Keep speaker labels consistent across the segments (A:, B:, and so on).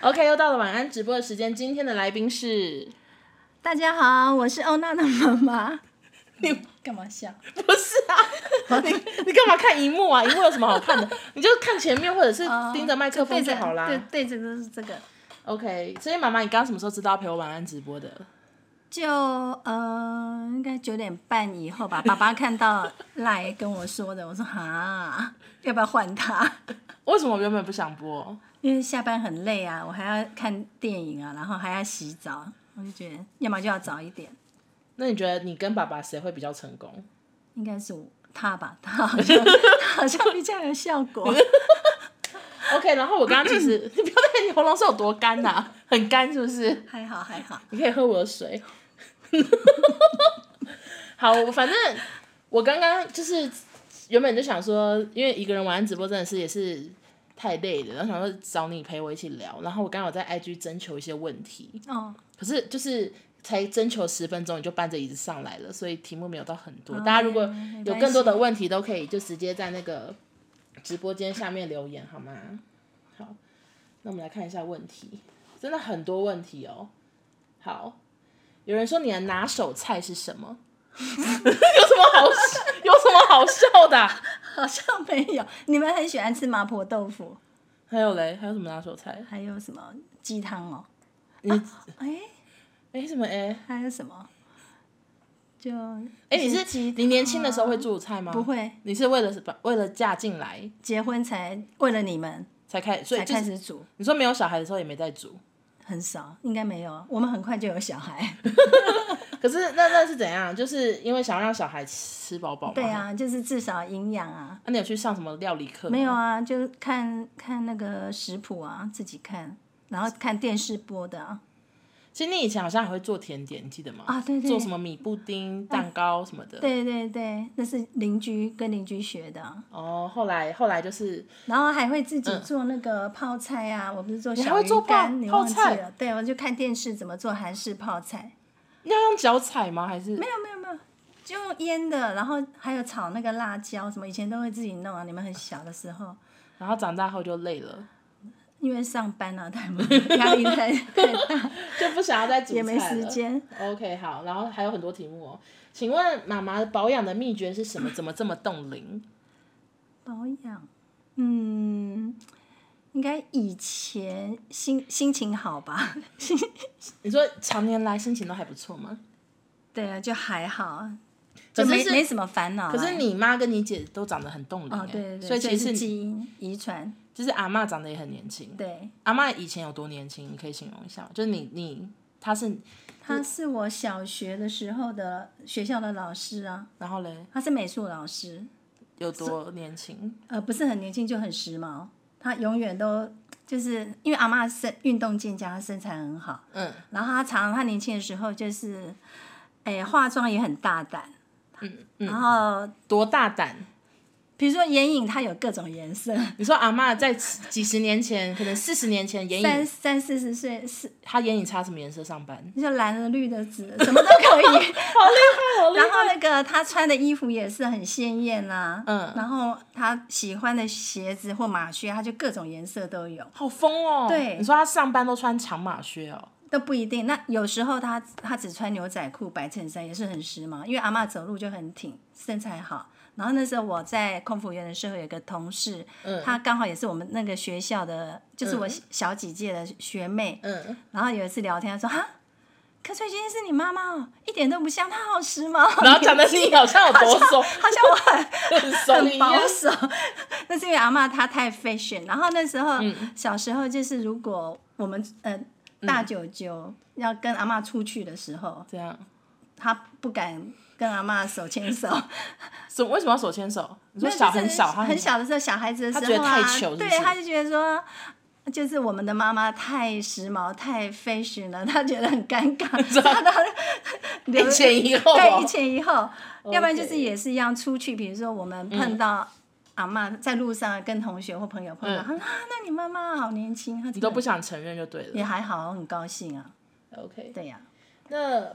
A: OK，又到了晚安直播的时间，今天的来宾是，
B: 大家好，我是欧娜的妈妈。
A: 你
B: 干嘛笑？
A: 不是啊？你你干嘛看荧幕啊？荧 幕有什么好看的？你就看前面或者是盯着麦克风啊
B: 对
A: 就
B: 着
A: 好啦。
B: 对对着就是这个。
A: OK，所以妈妈，你刚刚什么时候知道要陪我晚安直播的？
B: 就呃，应该九点半以 后吧。爸爸看到赖跟我说的，我说哈，要不要换他？
A: 为什么我原本不想播？
B: 因为下班很累啊，我还要看电影啊，然后还要洗澡，我就觉得要么就要早一点，
A: 那你觉得你跟爸爸谁会比较成功？
B: 应该是我他吧，他 好像他好像比较有效果。
A: OK，然后我刚刚其 实你不要看你喉咙是有多干呐、很干是不是？
B: 还好还好，
A: 你可以喝我的水。好，我反正我刚刚就是原本就想说，因为一个人玩直播真的是也是太累了，然后想说找你陪我一起聊。然后我刚好在 IG 征求一些问题，
B: 哦，
A: 可是就是才征求十分钟你就搬着椅子上来了，所以题目没有到很多。大家如果
B: 没
A: 有
B: 关
A: 更多
B: 系
A: 的问题，都可以就直接在那个直播间下面留言，好吗？好，那我们来看一下问题，真的很多问题哦。好，有人说你的拿手菜是什么？ 有什么好有什么好笑的啊、
B: 好像没有。你们很喜欢吃麻婆豆腐，
A: 还有嘞，还有什么拿手菜？
B: 还有什么鸡汤哦？
A: 你
B: 哎、
A: 哎、什么哎
B: 还有什么？就
A: 哎、
B: 哎
A: 你是
B: 鸡汤啊
A: 你年轻的时候会做菜吗？
B: 不，会
A: 你是为了什么？为了嫁进来
B: 结婚才为了你们
A: 才开，所以
B: 才
A: 就
B: 开
A: 是
B: 始煮，
A: 你说没有小孩的时候也没在煮，
B: 很少，应该没有。我们很快就有 小孩，
A: 可是那那是怎样？就是因为想要让小孩吃饱饱吗
B: 对，啊，就是至少营养啊。
A: 那、你有去上什么料理课？
B: 没有。啊，就看看那个食谱啊，自己看，然后看电视播的啊。
A: 其实你以前好像还会做甜点，你记得吗？
B: 啊对对
A: 做什么米布丁、蛋糕什么的。
B: 对对对，那是邻居跟邻居学的啊，
A: 哦，后来后来就是
B: 然后还会自己做那个泡菜啊。我不是做
A: 嗯你还
B: 小
A: 会做
B: 鱼
A: 泡
B: 干，你
A: 泡
B: 忘记
A: 菜
B: 了？对，我就看电视怎么做韩式泡菜。
A: 你要用脚踩吗？还是
B: 没有没有没有，就用腌的，然后还有炒那个辣椒什么，以前都会自己弄啊。你们很小的时候，
A: 然后长大后就累了，
B: 因为上班啊，太忙，压 力太太大，
A: 就不想要再煮菜
B: 也
A: 了。
B: 没时间。
A: OK，好，然后还有很多题目哦。请问妈妈保养的秘诀是什么？怎么这么冻龄？
B: 保养，嗯，应该以前心心情好吧？
A: 你说常年来心情都还不错吗？
B: 对啊，就还好，
A: 可
B: 就是没
A: 是
B: 没什么烦恼啦。
A: 可是你妈跟你姐都长得很冻龄、欸，
B: 哦，对对对，
A: 所以其
B: 是
A: 实
B: 基因遗传，
A: 就是阿嬷长得也很年轻。
B: 对，
A: 阿嬷以前有多年轻？你可以形容一下吗，就是你你她是，
B: 他是我小学的时候的学校的老师啊，
A: 然后嘞
B: 他是美术老师。
A: 有多年轻？
B: 呃，不是很年轻就很时髦，她永远都就是因为阿妈身运动健将，她身材很好，
A: 嗯，
B: 然后她常常她年轻的时候就是，哎、化妆也很大胆，嗯，然后
A: 多大胆？
B: 比如说眼影，它有各种颜色，
A: 你说阿嬷在几十年前，可能四十年前眼
B: 三
A: 影，
B: 三四十岁是
A: 她眼影擦什么颜色上班？
B: 就蓝的、绿的、紫的，什么都可 以。
A: 好
B: 然后那个她穿的衣服也是很鲜艳啊，
A: 嗯
B: 然后她喜欢的鞋子或马靴，她就各种颜色都有。
A: 好疯哦！
B: 对
A: 你说她上班都穿长马靴哦，
B: 都不一定。那有时候她她只穿牛仔裤、白衬衫也是很时髦，因为阿嬷走路就很挺，身材好。然后那时候我在空服员的时候，有一个同事，
A: 嗯
B: 她刚好也是我们那个学校的，就是我小几届的学妹。
A: 嗯，
B: 然后有一次聊天，她说：“哈，柯翠君是你妈妈哦，一点都不像，她好时髦，
A: 然后讲的你好像有多怂，
B: 好像我很
A: 很怂一
B: 很
A: 样
B: 保。守。 那是因为阿嬷她太 fashion，然后那时候、
A: 嗯
B: 小时候就是如果我们呃大舅舅要跟阿嬷出去的时候，
A: 这样，
B: 她不敢跟阿嬷手牵手，
A: 什为什么要手牵手？你 说
B: 那
A: 小
B: 就是
A: 很小，她
B: 很小的时候，小孩子的时候、啊，
A: 她觉得太糗是不是
B: 对，她就觉得说。就是我们的妈妈太时髦、太 fashion 了，她觉得很尴 尬，她她
A: 一前一后
B: 对，
A: 哦
B: 一，前一后，要不然就是也是一样出去，比如说我们碰
A: 嗯
B: 到阿妈在路上跟同学或朋友碰到，她说啊，那你妈妈好年轻，她
A: 你嗯都不想承认就对了。
B: 也还好，我很高兴啊，
A: OK，
B: 对呀、
A: 那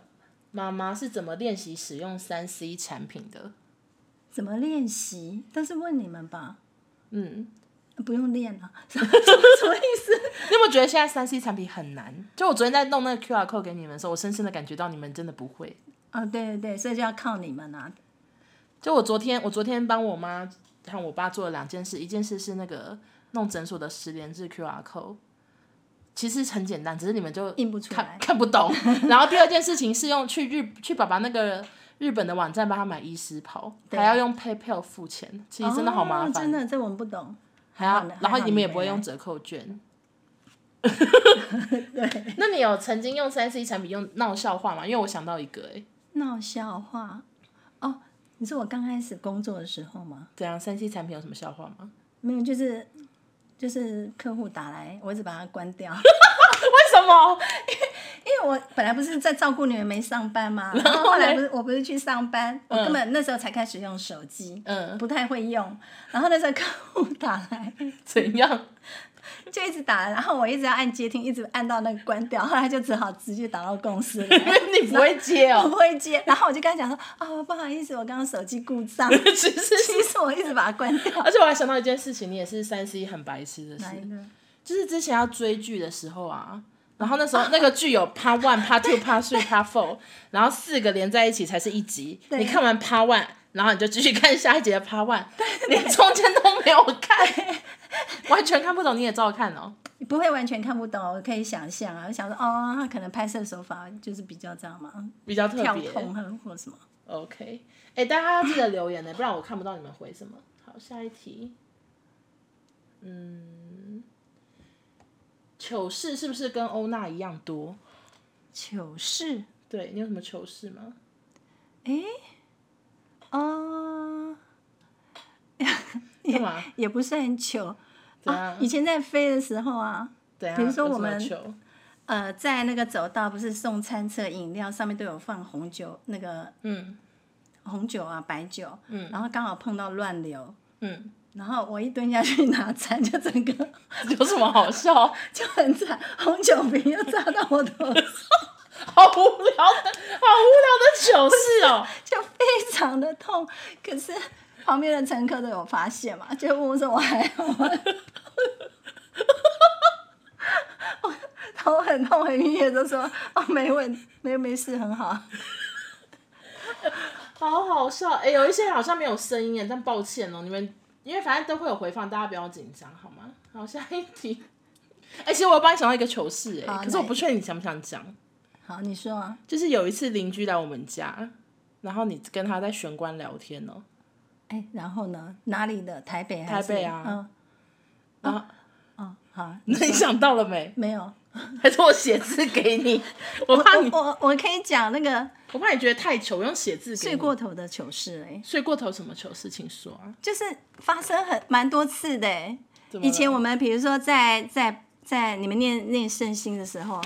A: 妈妈是怎么练习使用三 C 产品的？
B: 怎么练习？但是问你们吧，
A: 嗯，
B: 不用练啊，什么什么意思？
A: 你有没有觉得现在三 C 产品很难？就我昨天在弄那个 QR code 给你们的时候，我深深的感觉到你们真的不会。
B: 啊，对对对，所以就要靠你们啊。
A: 就我昨天，我昨天帮我妈和我爸做了两件事，一件事是那个弄诊所的十连制 QR code，其实很简单，只是你们就
B: 印不出来
A: 看看不懂。 然后第二件事情是用去日去爸爸那个日本的网站帮他买医师袍，
B: 对
A: 还要用 PayPal 付钱，其实真的好麻
B: 哦
A: 烦。
B: 真的，这我们不懂。
A: 还要
B: 好呢，
A: 然后
B: 还好
A: 你们也
B: 没
A: 不会
B: 来
A: 用折扣 券。对， 那你有曾经用三 C 产品用闹笑话吗？因为我想到一个、哎，
B: 闹笑话哦，你说我刚开始工作的时候吗？
A: 怎样？三 C 产品有什么笑话吗？
B: 没有，就是就是客户打来，我只把它关掉，
A: 为什么？
B: 因为我本来不是在照顾你们没上 班吗？然后后来不是我不是去上班，我根本那时候才开始用手机，
A: 嗯，
B: 不太会用。然后那时候客户打来，
A: 怎样？
B: 就一直打来，然后我一直要按接听，一直按到那个关掉，后来就只好直接打到公司 来。
A: 你不会接
B: 我
A: 哦、
B: 不会接，然后我就跟他讲说啊，不好意思，我刚刚手机故障，
A: 只 是，
B: 其实我一直把它关掉。
A: 而且我还想到一件事情，你也是三 C 很白痴的事，
B: 哪一个？
A: 就是之前要追剧的时候啊。然后那时候那个剧有 Part One、Part Two、Part Three、Part Four，然后四个连在一起才是一集。
B: 对
A: 你看完 Part One，然后你就继续看下一集的 Part One，连中间都没有看，完全看不懂，你也照看哦。
B: 不会完全看不懂，我可以想象啊，我想说哦，他可能拍摄手法就是比较这样嘛，
A: 比较特
B: 跳
A: 别。
B: 痛啊或或什么。
A: OK，哎，大家要记得留言呢，不然我看不到你们回什么。好，下一题。嗯，糗事是不是跟欧娜一样多？
B: 糗事
A: 对你有什么糗事吗？
B: 哦，
A: 干嘛？
B: 也不是很糗
A: 怎样
B: 啊。以前在飞的时候啊，
A: 怎样？
B: 比如说
A: 有什
B: 我
A: 么
B: 们
A: 糗，
B: 呃，在那个走道不是送餐车饮料上面都有放红酒，那个
A: 嗯
B: 红酒啊白酒，
A: 嗯，
B: 然后刚好碰到乱流，
A: 嗯，
B: 然后我一蹲下去拿餐，就整个
A: 有什么好笑？
B: 就很惨，红酒瓶就砸到我头上，
A: 好无聊的，好无聊的糗事哦。
B: 就非常的痛。可是旁边的乘客都有发现嘛，就问我说我还好吗？ 我头很痛很晕，也就说哦没问没没事很好。
A: 好好笑，哎、有一些好像没有声音耶，但抱歉哦、你们因为反正都会有回放，大家不要紧张好吗？好，下一题。哎、其实我有帮你想到一个糗事哎、
B: 好
A: 可是我
B: 来
A: 不确定你想不想讲。
B: 好，你说啊？
A: 就是有一次邻居来我们家，然后你跟他在玄关聊天哦、
B: 哎，然后呢？哪里的？台北还是？
A: 台北啊
B: 嗯
A: 然后
B: 嗯，好。
A: 那你想到了没？
B: 没有，
A: 还是我写字给你？ 我
B: 我
A: 怕你，
B: 我我可以讲那个
A: 我怕你觉得太糗，我用写字给
B: 睡
A: 你。
B: 过头的糗事哎、
A: 睡过头什么糗事？请说啊。
B: 就是发生很蛮多次的欸。
A: 怎么了
B: 以前我们比如说在在在你们念念圣心的时候，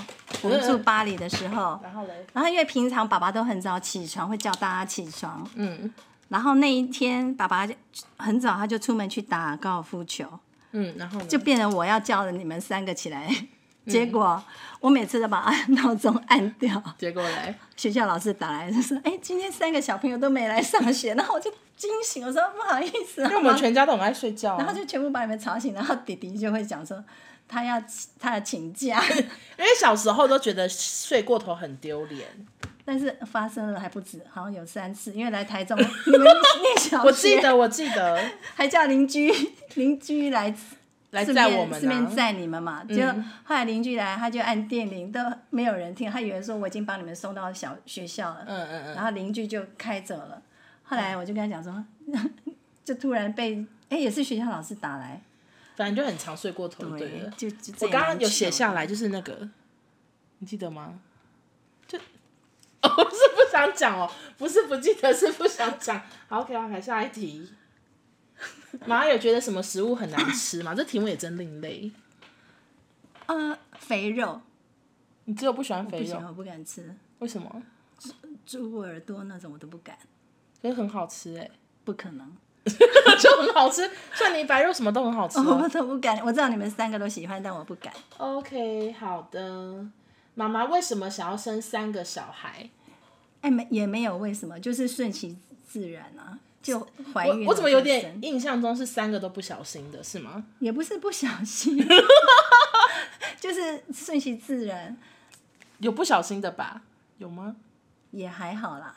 A: 嗯
B: 我们住巴黎的时候，
A: 然后嘞，
B: 然后因为平常爸爸都很早起床，会叫大家起床。
A: 嗯
B: 然后那一天爸爸就很早他就出门去打高尔夫球，
A: 嗯，然后呢
B: 就变成我要叫了你们三个起来。
A: 嗯
B: 结果我每次都把按闹钟按掉，
A: 结果嘞，
B: 学校老师打来就说：“哎、今天三个小朋友都没来上学。”然后我就惊醒，我说：“不好意思、啊。”
A: 因为我们全家都很爱睡觉、啊，
B: 然后就全部把你们吵醒，然后弟弟就会讲说他要他要请假，
A: 因为小时候都觉得睡过头很丢脸，
B: 但是发生了还不止，好像有三次，因为来台 中你们念小学，
A: 我记得我记得
B: 还叫邻居邻居来
A: 来
B: 顺
A: 载我
B: 便
A: 们、
B: 顺便
A: 啊，
B: 载你们嘛，就后来邻居来他就按电铃都没有人听，他以为说我已经把你们送到小学校了，
A: 嗯嗯嗯，
B: 然后邻居就开走了，后来我就跟他讲说， 就突然被哎、也是学校老师打来，
A: 反正就很常睡过头，哦对的。
B: 就就这
A: 我
B: 也
A: 刚刚
B: 蛮
A: 有
B: 糗
A: 写
B: 的
A: 下来，就是那个，你记得吗？就 哦，不是不想讲哦，不是不记得，是不想讲。好，OK，好，下一 题。马有觉得什么食物很难吃吗？这题目也真另类。
B: 呃肥肉。
A: 你只有不喜欢肥
B: 不行，
A: 肉，
B: 我不敢吃
A: 为什么？
B: 猪耳朵那种，我都不敢，
A: 可是很好吃哎、
B: 不可能，
A: 就很好吃，蒜泥白肉什么都很好吃、啊。
B: 我都不敢。我知道你们三个都喜欢，但我不敢。
A: 哦 OK，好的。妈妈为什么想要生三个小孩？
B: 哎，没也没有为什么，就是顺其自然啊。就怀
A: 我
B: 孕
A: 我怎么
B: 了
A: 有
B: 就
A: 点
B: 生
A: 印象中是三个都不小心的，是吗？
B: 也不是不小 心，就是顺其自然，
A: 有不小心的吧？有吗？
B: 也还好啦。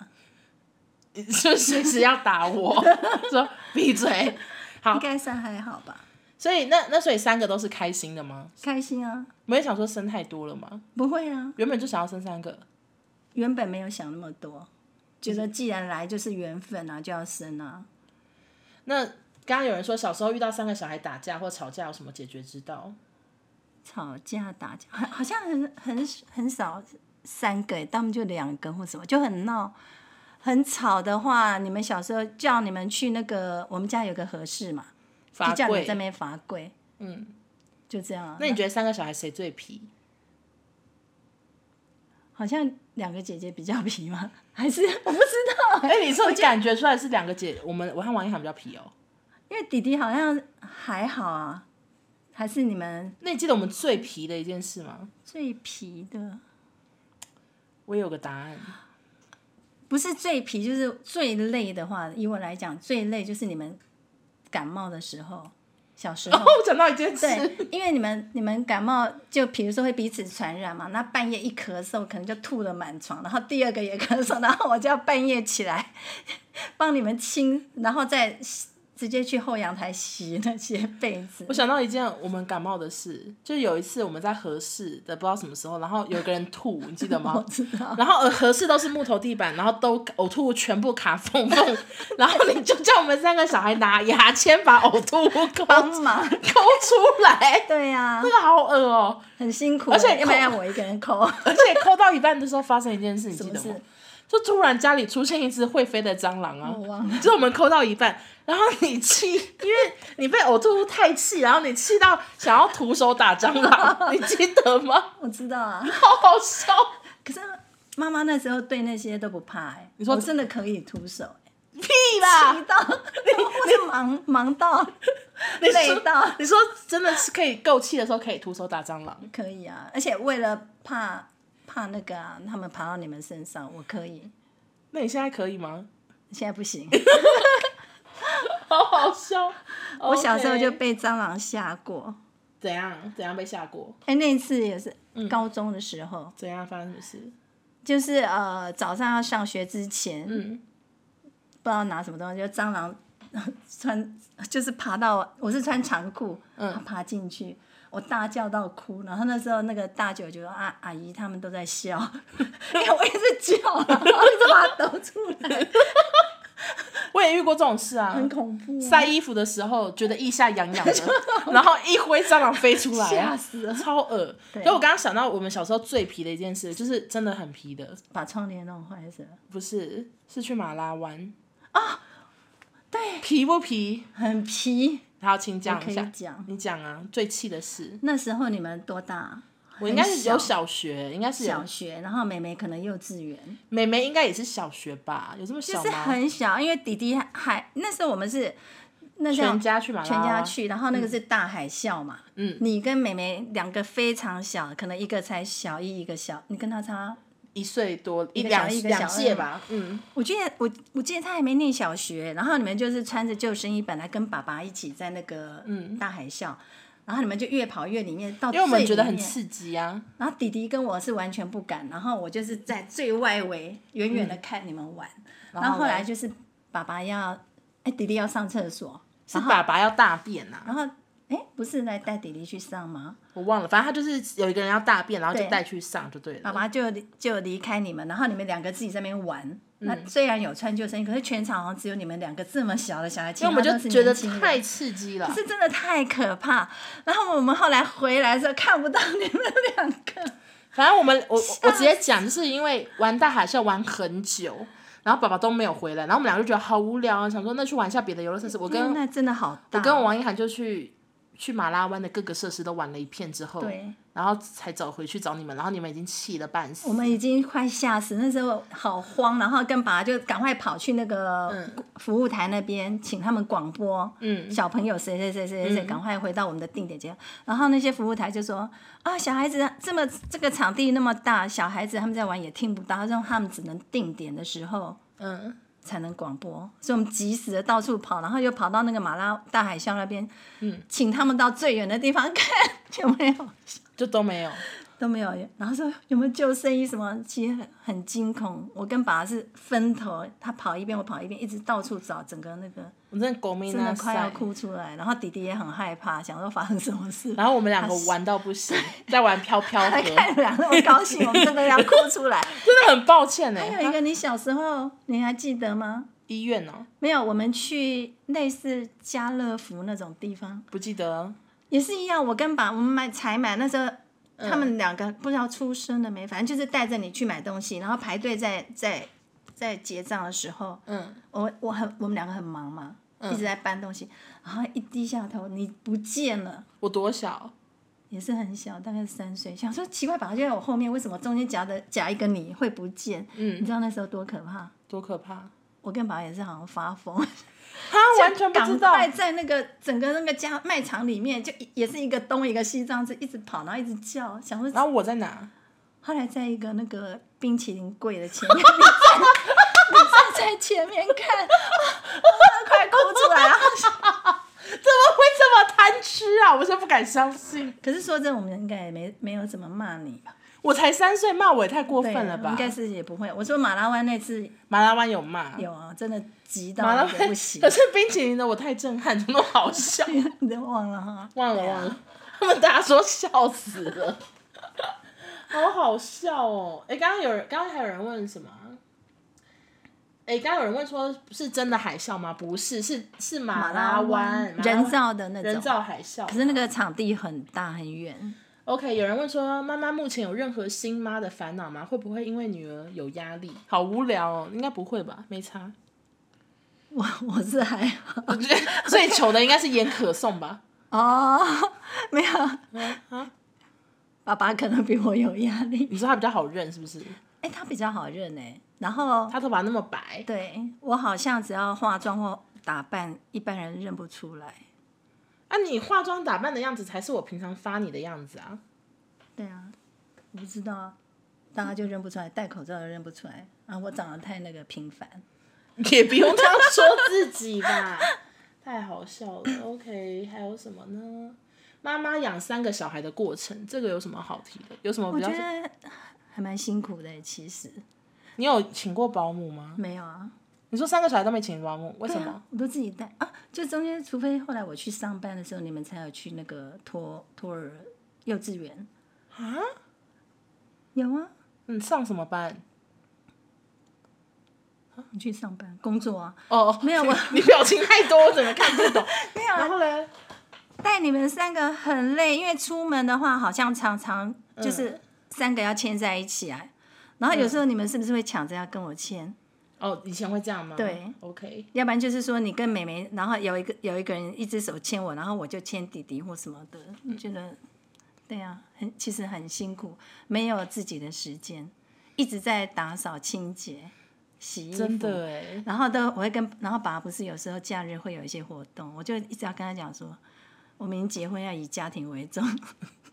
A: 就 随时要打 我，说闭嘴。好
B: 应，该算还好吧，
A: 所以那那所以三个都是开心的吗？
B: 开心啊，
A: 没有想说生太多了吗？
B: 不会啊，
A: 原本就想要生三个，
B: 原本没有想那么多，觉得既然来就是缘分啊，就要生啊。
A: 那刚刚有人说小时候遇到三个小孩打架或吵架有什么解决之道？
B: 吵架打架，好好像很很很少三个耶，他们就两个或什么，就很闹。很吵的话，你们小时候叫你们去那个我们家有个合适嘛，
A: 罚
B: 就叫你们
A: 跪
B: 在。那边罚跪，嗯，就这样啊。
A: 那你觉得三个小孩谁最皮？
B: 好像两个姐姐比较皮吗？还是我不知道
A: 哎、
B: 欸，
A: 你说你感觉出来是两个姐，我们我和王一涵比较皮哦。
B: 因为弟弟好像还好啊，还是你们
A: 那你记得我们最皮的一件事吗？
B: 最皮的，
A: 我也有个答案，
B: 不是最皮，就是最累的话，以我来讲，最累就是你们感冒的时候，小 时
A: 哦
B: 候。，
A: 我想到一件事，
B: 对，因为你们你们感冒，就比如说会彼此传染嘛，那半夜一咳嗽，可能就吐了满床，然后第二个也咳嗽，然后我就要半夜起来帮你们清，然后再洗直接去后阳台洗那些被子。
A: 我想到一件我们感冒的事，就是有一次我们在合适的不知道什么时候，然后有个人吐，你记得
B: 我
A: 吗？
B: 知道，
A: 然后呃，合适都是木头地板，然后都呕吐物全部 卡缝缝，然后你就叫我们三个小孩拿牙签把呕吐物抠
B: 帮
A: 抠
B: 忙，
A: 出来，
B: 对呀、
A: 那个好恶哦、
B: 很辛苦，欸
A: 而且
B: 要不然我一个 人抠，
A: 而且抠到一半的时候发生一件事，你
B: 什
A: 记
B: 么
A: 得吗
B: 事？？
A: 就突然家里出现一只会飞的蟑螂啊！
B: 我忘了，
A: 就是我们抠到一半，然后你 气，因为你被呕吐物太气，然后你气到想要徒手打蟑 螂，你记得吗？
B: 我知道啊。
A: 好好笑，
B: 可是妈妈那时候对那些都不怕、欸，
A: 你说啊
B: 我真的可以徒手、欸，
A: 屁啦！
B: 气到我是忙忙到
A: 你
B: 累
A: 说
B: 到，
A: 你说真的是可以够气的时候可以徒手打蟑螂，
B: 可以啊，而且为了怕怕那个啊，他们爬到你们身上，我可以，
A: 那你现在可以吗？
B: 现在不 行。
A: 好好笑。
B: 我小时候就
A: OK
B: 被蟑螂吓过，
A: 怎样怎样被吓过，
B: 哎、那一次也是高中的时候，
A: 怎样发生什么事？
B: 就是呃早上要上学之前，
A: 嗯，
B: 不知道拿什么东西，就蟑螂穿，就是爬到我是穿长裤，嗯，爬进去，我大叫到哭，然后那时候那个大舅舅啊阿姨他们都在笑， 因 为我一直叫，然后一直把它抖出来，
A: 我也遇过这种事啊。
B: 很恐怖、啊，
A: 晒衣服的时候觉得腋下痒痒的，然后一挥蟑螂飞出来，
B: 吓死了
A: 超恶。所以我刚刚想到我们小时候最皮的一件事，就是真的很皮的，
B: 把窗帘弄坏是吧？
A: 不是是去马拉湾啊，对，皮不皮？
B: 很皮，
A: 好，请讲
B: 可
A: 一下
B: 以，讲。
A: 你讲啊，最气的事，
B: 那时候你们多大？啊
A: 我应该
B: 很
A: 是
B: 小
A: 有小学，应该是有
B: 小学，然后妹妹可能幼稚园，
A: 妹妹应该也是小学吧？有这么
B: 就
A: 小
B: 是
A: 吗？
B: 很小，因为弟弟还还那时候我们是那时候
A: 全家去马拉
B: 全家
A: 湾，
B: 去，然后那个是大海啸嘛，嗯，你跟妹妹两个非常小，可能一个才小一，一个小，你跟她差，
A: 一岁多一
B: 一个小
A: 两
B: 一个小
A: 两届吧，嗯，
B: 我记得我我记得她还没念小学，然后你们就是穿着救生衣，本来跟爸爸一起在那个大海啸，然后你们就越跑越里面，到
A: 因为我们
B: 最
A: 觉得
B: 里
A: 很
B: 面
A: 刺激啊，
B: 然后弟弟跟我是完全不敢，然后我就是在最外围远远的看你们玩，
A: 嗯
B: 然后后来就是爸爸要，哎，弟弟要上厕所，
A: 是爸爸要大便呐、啊
B: 然后哎，不是来带弟弟去上吗？
A: 我忘了，反正他就是有一个人要大便，然后就带去上就对了。
B: 爸爸就离就离开你们，然后你们两个自己在那边玩。
A: 嗯
B: 那虽然有穿救生衣，可是全场好像只有你们两个这么小的小孩，其
A: 因为
B: 他
A: 我们
B: 都是
A: 就觉得
B: 年轻人
A: 太刺激了
B: 可，是真的太可怕。然后我们后来回来的时候看不到你们两个，
A: 反正我们我我我直接讲，就是因为玩大海啸玩很久，然后爸爸都没有回来，然后我们两个就觉得好无聊啊，想说那去玩一下别的游乐设施。我跟
B: 那真的好
A: 嗯
B: 大。
A: 我跟王一涵就去去马拉湾的各个设施都玩了一片之后，
B: 对，
A: 然后才走回去找你们，然后你们已经气得半死
B: 我。们已经快吓死，那时候好慌，然后跟爸爸就赶快跑去那个服务台那边，请他们广播，嗯，小朋友谁谁谁谁谁谁，赶快回到我们的定点间。然后那些服务台就说啊，小孩子这么这个场地那么大，小孩子他们在玩也听不到，让他们只能定点的时候
A: 嗯，
B: 才能广播，所以我们及时的到处跑，然后又跑到那个马拉大海啸那边，嗯，请他们到最远的地方看 有没有
A: 就都没有。
B: 都没有，然后说有没有救生衣什么，其实很很惊恐。我跟爸是分头，他跑一边，我跑一边，一直到处找，整个那个
A: 我真的狗命
B: 真的
A: 那
B: 快要
A: 塞。
B: 哭出来。然后弟弟也很害怕，想说发生什么事。
A: 然后我们两个玩到不行，在玩飘飘
B: 他
A: 河，
B: 看了那么高兴，我们真的要哭出来。
A: 真的很抱歉呢。
B: 还有一个，你小时候你还记得吗？
A: 医院哦，
B: 没有，我们去类似家乐福那种地方，
A: 不记得，哦
B: 也是一样。我跟爸我们买采买那时候。他们两个不知道出生了没，反正就是带着你去买东西，然后排队在在在结账的时候，
A: 嗯，
B: 我我很我们两个很忙嘛，一直在搬东西，然后一低下头你不见了，
A: 我多小，
B: 也是很小，大概三岁，想说奇怪，爸爸就在我后面，为什么中间夹的夹一个你会不见？嗯，你知道那时候多可怕？
A: 多可怕！
B: 我跟爸爸也是好像发疯，
A: 他完全不知道
B: 赶，快在那个整个那个家卖场里面，就也是一个东一个西这样子一直跑，然后一直叫，想说
A: 然后我在哪？
B: 后来在一个那个冰淇淋柜的前面，你站，你站在前面看，我快哭出来了。
A: 怎么会这么贪吃啊？我真不敢相信，
B: 可是说真的，我们应该也没没有怎么骂你吧？
A: 我才三岁，骂我也太过
B: 对啊
A: 分了吧
B: 应？该是也不会。我说马拉湾那次
A: 马拉湾有骂，
B: 有啊，真的急
A: 马拉
B: 到一个
A: 湾
B: 不 行
A: 可，是冰淇淋的我太震撼，怎么那么好笑？
B: 你都忘了哈？
A: 忘了
B: 对啊
A: 忘了，他们大家说笑死了，好好笑哦！哎、刚刚有人，刚刚还有人问什么啊？哎、刚刚有人问说是真的海啸吗？不是，是是马
B: 马
A: 拉
B: 拉
A: 湾
B: 湾
A: 马拉
B: 人造的那
A: 人
B: 种，
A: 造海啸。
B: 可是那个场地很大很远，
A: OK，有人问说妈妈目前有任何新妈的烦恼吗？会不会因为女儿有压力？好无聊哦，应该不会吧？没 差。
B: 我我是还好
A: 我觉得最糗的应该是演可颂吧。
B: 哦， 没有，
A: 嗯啊，
B: 爸爸可能比我有压力，
A: 你说他比较好认是不是？
B: 哎，他比较好认哎，然后
A: 他头发那么白，
B: 对我好像只要化妆或打扮，一般人认不出来。
A: 啊，你化妆打扮的样子才是我平常发你的样子啊！
B: 对啊，我不知道啊，大家就认不出来，戴口罩都认不出来啊！我长得太那个平凡，
A: 也不用这样说 自己吧，太好笑了。OK，还有什么呢？妈妈养三个小孩的过程，这个有什么好提的？有什么
B: 我
A: 比
B: 觉
A: 较？
B: 得还蛮辛苦的。欸其实
A: 你有请过保姆吗？
B: 没有啊，
A: 你说三个小孩都没请保姆，为
B: 对
A: 什
B: 啊
A: 么？
B: 我都自己带啊？就中间，除非后来我去上班的时候，你们才有去那个托托儿幼稚园
A: 啊？
B: 有啊？
A: 你嗯上什么班？
B: 你去上班工作啊？
A: 哦，
B: 没有我，
A: 你表情太多，我怎么看不懂？
B: 没有啊
A: 然后嘞，
B: 带你们三个很累，因为出门的话，好像常常
A: 嗯
B: 就是三个要牵在一起啊。然后有时候你们是不是会抢着要跟我牵？
A: 哦，以前会这样吗？
B: 对
A: ，OK，
B: 要不然就是说你跟妹妹，然后有一个有一个人一只手牵我，然后我就牵弟弟或什么的，我觉得对呀、很其实很辛苦，没有自己的时间，一直在打扫清洁、洗衣服，
A: 真的哎，
B: 然后都我会跟，然后爸爸不是有时候假日会有一些活动，我就一直要跟他讲说，我们结婚要以家庭为重，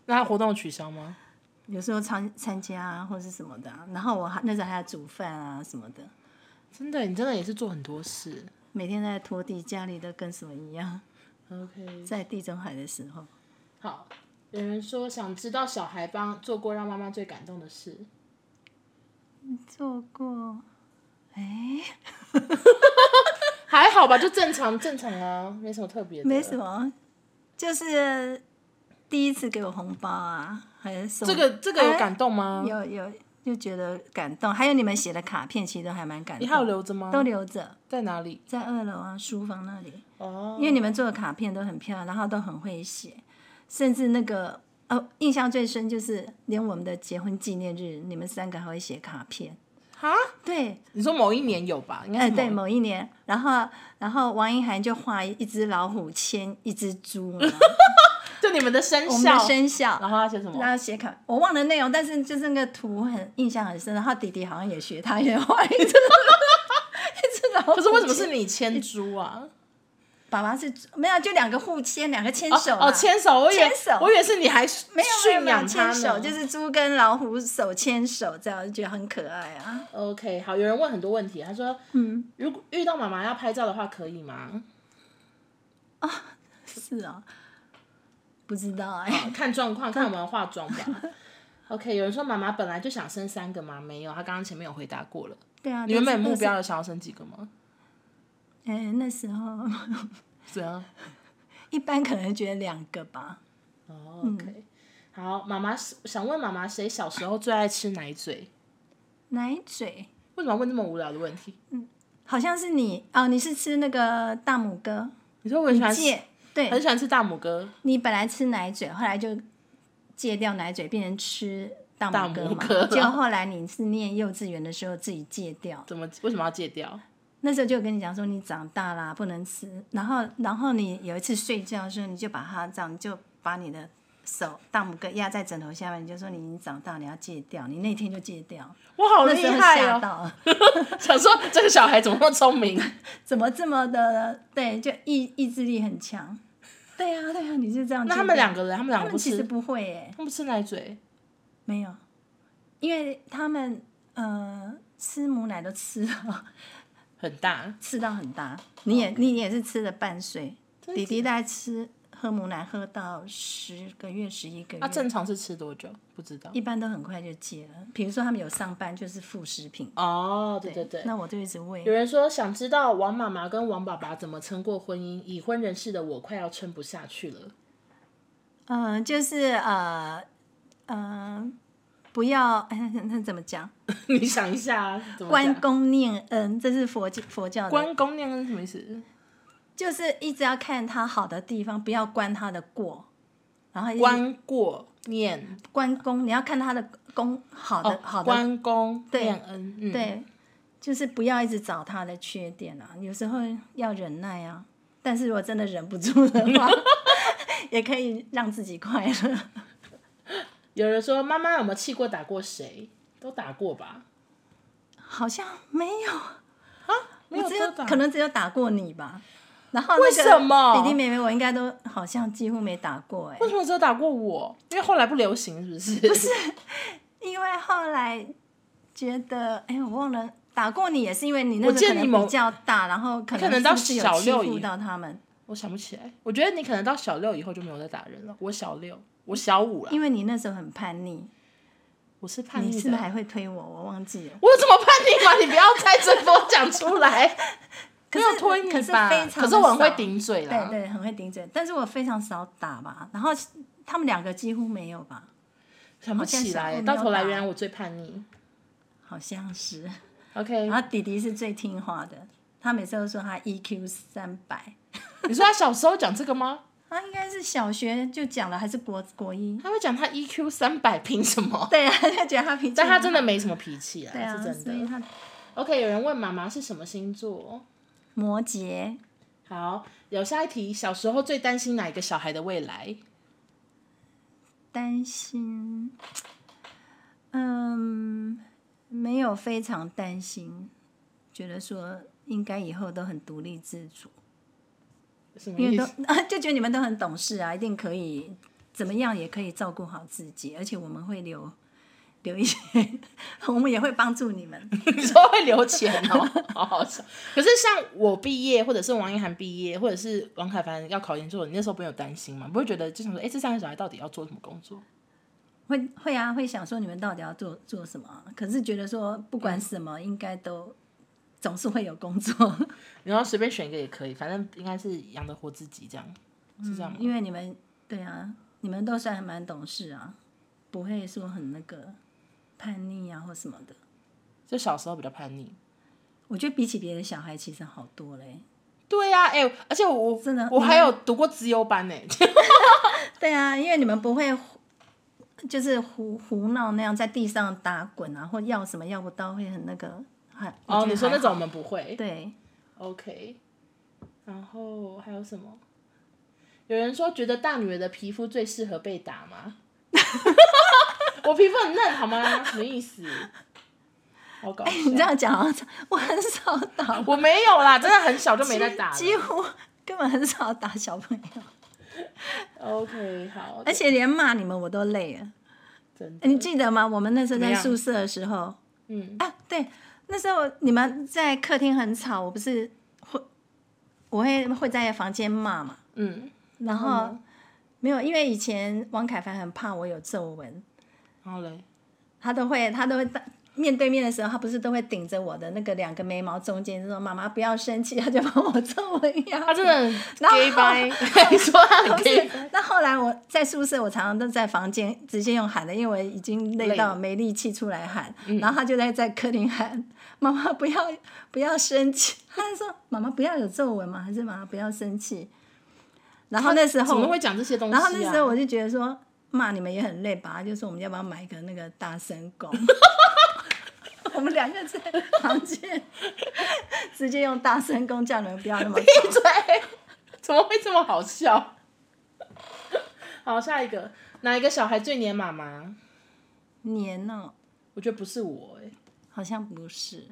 A: 那活动有取消吗？
B: 有时候参参加啊，或是什么的啊、然后我还那时候还要煮饭啊什么的，
A: 真的，你真的也是做很多事。
B: 每天在拖地，家里都跟什么一样。
A: OK，
B: 在地中海的时候，
A: 好，有人说想知道小孩帮做过让妈妈最感动的事，
B: 做过，哎，
A: 还好吧，就正常正常啊，没什么特别的。
B: 没什么，就是第一次给我红包啊，还是送哎
A: 这个这个有感动吗？
B: 有有就觉得感动，还有你们写的卡片，其实都还蛮感
A: 你还有
B: 动，
A: 留着吗？
B: 都留着
A: 在哪里？
B: 在二楼啊书房那里。
A: 哦
B: 因，为你们做的卡片都很漂亮，然后都很会写，甚至那个哦，印象最深就是连我们的结婚纪念日，你们三个还会写卡片。
A: 哈，
B: 对，
A: 你说某一年有吧？应该
B: 哎、
A: 是某
B: 对，某一年，然后然后王一涵就画一只老虎牵一只猪嘛，
A: 就你们的生
B: 我们的
A: 肖，
B: 生肖，
A: 然后他写什么？
B: 然后写卡，我忘了内容，但是就是那个图很印象很深。然后弟弟好像也 学， 他也画一只一只老虎牵。
A: 可是为什么是你牵猪啊？
B: 爸爸是没有，就两个互牵，两个牵手
A: 哦
B: 嘛
A: 哦，牵手，我以为
B: 牵手
A: 我以为是你还
B: 没有
A: 驯
B: 没有没有
A: 养它
B: 牵
A: 呢
B: 手，就是猪跟老虎手牵手，这样就觉得很可爱啊。
A: OK，好，有人问很多问题，他说，嗯，如果遇到妈妈要拍照的话，可以 吗？
B: 是啊，不知道哎、
A: 好看状况，看有没有化妆吧。OK，有人说妈妈本来就想生三个吗？没有，她刚刚前面有回答过了。
B: 对啊，
A: 你原本
B: 但是
A: 目标有想要生几个吗？
B: 哎、那时候
A: 怎样？
B: 一般可能觉得两个吧，
A: 哦，OK、好，妈妈想问妈妈，谁小时候最爱吃奶嘴？
B: 奶嘴
A: 为什么要问这么无聊的问题？
B: 好像是你哦，你是吃那个大拇哥
A: 你说我很喜欢吃，
B: 戒，对
A: 很喜欢吃大拇哥，
B: 你本来吃奶嘴，后来就戒掉奶嘴，变成吃大
A: 大
B: 拇哥
A: 拇
B: 嘛
A: 哥。
B: 结果后来你是念幼稚园的时候自己戒掉，
A: 怎么为什么要戒掉？
B: 那时候就有跟你讲说你长大啦不能吃，然后然后你有一次睡觉的时候，你就把它这样，你就把你的手大拇哥压在枕头下面，你就说你已经长大，你要戒掉，你那天就戒掉，
A: 我好
B: 那
A: 厉
B: 时候
A: 害
B: 吓
A: 哦！
B: 到，
A: 想说这个小孩怎么那么聪明？
B: 怎么这么的对，就意意志力很 强，对啊对啊，你就这样戒 掉。
A: 那他们两个人，他们两
B: 他
A: 个
B: 们
A: 不
B: 其实
A: 吃，
B: 不会欸耶、
A: 他们不吃奶嘴。
B: 没有，因为他们呃吃母奶都吃了，
A: 很大，
B: 吃到很大。你也你也是吃了半岁，
A: 哦真
B: 弟弟大概吃喝母奶喝到十个月十一个月，
A: 那、正常是吃多久？不知道。
B: 一般都很快就戒了。比如说他们有上班就是副食品，
A: 哦，对对对。
B: 那我就一直喂。
A: 有人说想知道王妈妈跟王爸爸怎么撑过婚姻，已婚人士的我快要撑不下去了。
B: 嗯、就是呃呃，不要哎那怎么讲？
A: 你想一下啊，怎么
B: 关
A: 讲
B: 公念恩，这是佛教佛教的
A: 关公念恩是什么意思？
B: 就是一直要看他好的地方，不要关他的过，然后一直
A: 关过念
B: 关公，你要看他的功好的、
A: 哦，
B: 好的，
A: 关公
B: 对
A: 念恩，嗯，
B: 对，就是不要一直找他的缺点啊，有时候要忍耐啊。但是如果真的忍不住的 话，也可以让自己快乐。
A: 有人说妈妈有没有气过打过谁？都打过吧？
B: 好像没有，
A: 没有
B: 我只有
A: 都打，
B: 可能只有打过你吧。然后那个
A: 为什么
B: 弟弟妹妹我应该都好像几乎没打过哎、
A: 为什么只有打过我？因为后来不流行，是不是？不是，
B: 因为后来觉得，哎、我忘了打过你，也是因为你那
A: 我
B: 个
A: 记得
B: 可能
A: 你某
B: 比较大，然后可
A: 可能到
B: 是不是有
A: 小
B: 欺
A: 六
B: 负
A: 以
B: 到他们，
A: 我想不起来。我觉得你可能到小六以后就没有再打人了。我小六，我小五了。
B: 因为你那时候很叛逆，
A: 我是叛逆
B: 你
A: 的，
B: 是不是还会推我？我忘记了。
A: 我有这么叛逆吗？你不要在这波讲出来。
B: 可
A: 没
B: 是
A: 有推你
B: 可是
A: 吧？
B: 非常
A: 可是我很会
B: 地少
A: 顶嘴
B: 对
A: 啦。
B: 对，很会顶嘴，但是我非常少打吧。然后他们两个几乎没有吧，
A: 想不起
B: 好像
A: 来，
B: 小
A: 到头来
B: 我没有打
A: 原来我最叛逆。
B: 好像是。
A: OK，
B: 然后弟弟是最听话的，他每次都说他 EQ 三百，
A: 你说他小时候讲这个吗？
B: 他应该是小学就讲了，还是国国一？
A: 他会讲他 EQ 三百，凭什 么？
B: 对啊，就觉得他脾气很好，
A: 但他真的没什么脾气
B: 对
A: 啊，
B: 啊，
A: 是真
B: 所以
A: 的。
B: 他
A: OK，有人问妈妈是什么星座？
B: 摩羯，
A: 好，有下一题。小时候最担心哪一个小孩的未来？
B: 担心，嗯，没有非常担心，觉得说应该以后都很独立自主，
A: 什么
B: 因
A: 意
B: 为都
A: 思？
B: 就觉得你们都很懂事啊，一定可以怎么样也可以照顾好自己，而且我们会留留一些， 我们也会帮助你们。
A: 你说会留钱哦，好好笑。可是像我毕业，或者是王一涵毕业，或者是王凯凡要考研究所，你那时候不会有担心吗？不会觉得就想说，哎、这三个小孩到底要做什么工作？
B: 会会啊，会想说你们到底要做做什么啊、可是觉得说不
A: 嗯
B: 管什么，应该都总是会有工作。
A: 然后随便选一个也可以，反正应该是养得活自己，这样是这样吗？
B: 嗯因为你们对啊，你们都算还蛮懂事啊，不会说很那个叛逆啊或什么的。
A: 就小时候比较叛逆。
B: 我觉得比起别的小孩，其实好多嘞。
A: 对呀、啊，哎、而且我
B: 真的
A: 我
B: 你
A: 还有读过资优班呢、
B: 对啊，因为你们不会胡就是胡胡闹那样在地上打滚啊，或要什么要不到会很那个。还
A: 哦，你说那？种我
B: 我觉得还好
A: 们不会
B: 对，
A: ，OK。然后还有什么？有人说觉得大女儿的皮肤最适合被打吗？ 我皮肤很嫩好吗？什么意思？好
B: 哎
A: 搞笑！
B: 你这样讲，好像我很少打，
A: 我没有啦，真的很小就没在打了
B: 几乎根本很少打小朋友，
A: OK，好，
B: 而且连骂你们我都累了。哎
A: 真的，
B: 你记得吗？我们那时
A: 怎
B: 候
A: 么
B: 在
A: 样
B: 宿舍的时候，
A: 嗯，
B: 啊，对，那时候你们在客厅很吵，我不是会，我会会在房间骂嘛，
A: 嗯，
B: 然
A: 然后
B: 后没有，因为以前王凯凡很怕我有皱纹，
A: 然后
B: 嗯
A: 嘞，
B: 他都会他都会在面对面的时候，他不是都会顶着我的那个两个眉毛中间，就说妈妈不要生气，他就把我皱纹压
A: 他真的很
B: 然后
A: gay 掰， 你说他
B: 不
A: 很 gay，
B: 是，那后来我在宿舍，我常常都在房间直接用喊的，因为我已经累
A: 累了嗯
B: 到没力气出来喊。然后他就在在客厅喊：“妈妈不要不要生气。” 他就说：“妈妈不要有皱纹嘛，还是妈妈不要生气。”然后那时
A: 怎么
B: 候，
A: 会讲这些东西、啊？
B: 然后那时候我就觉得说，骂你们也很累吧？就说我们要不要买一个那个大声公？ 我们两个在房间直接用大声公叫你们不要那么
A: 闭嘴，怎么会这么好笑？好，下一个，哪一个小孩最黏妈妈？
B: 黏哦，
A: 我觉得不是我、哎，
B: 好像不是。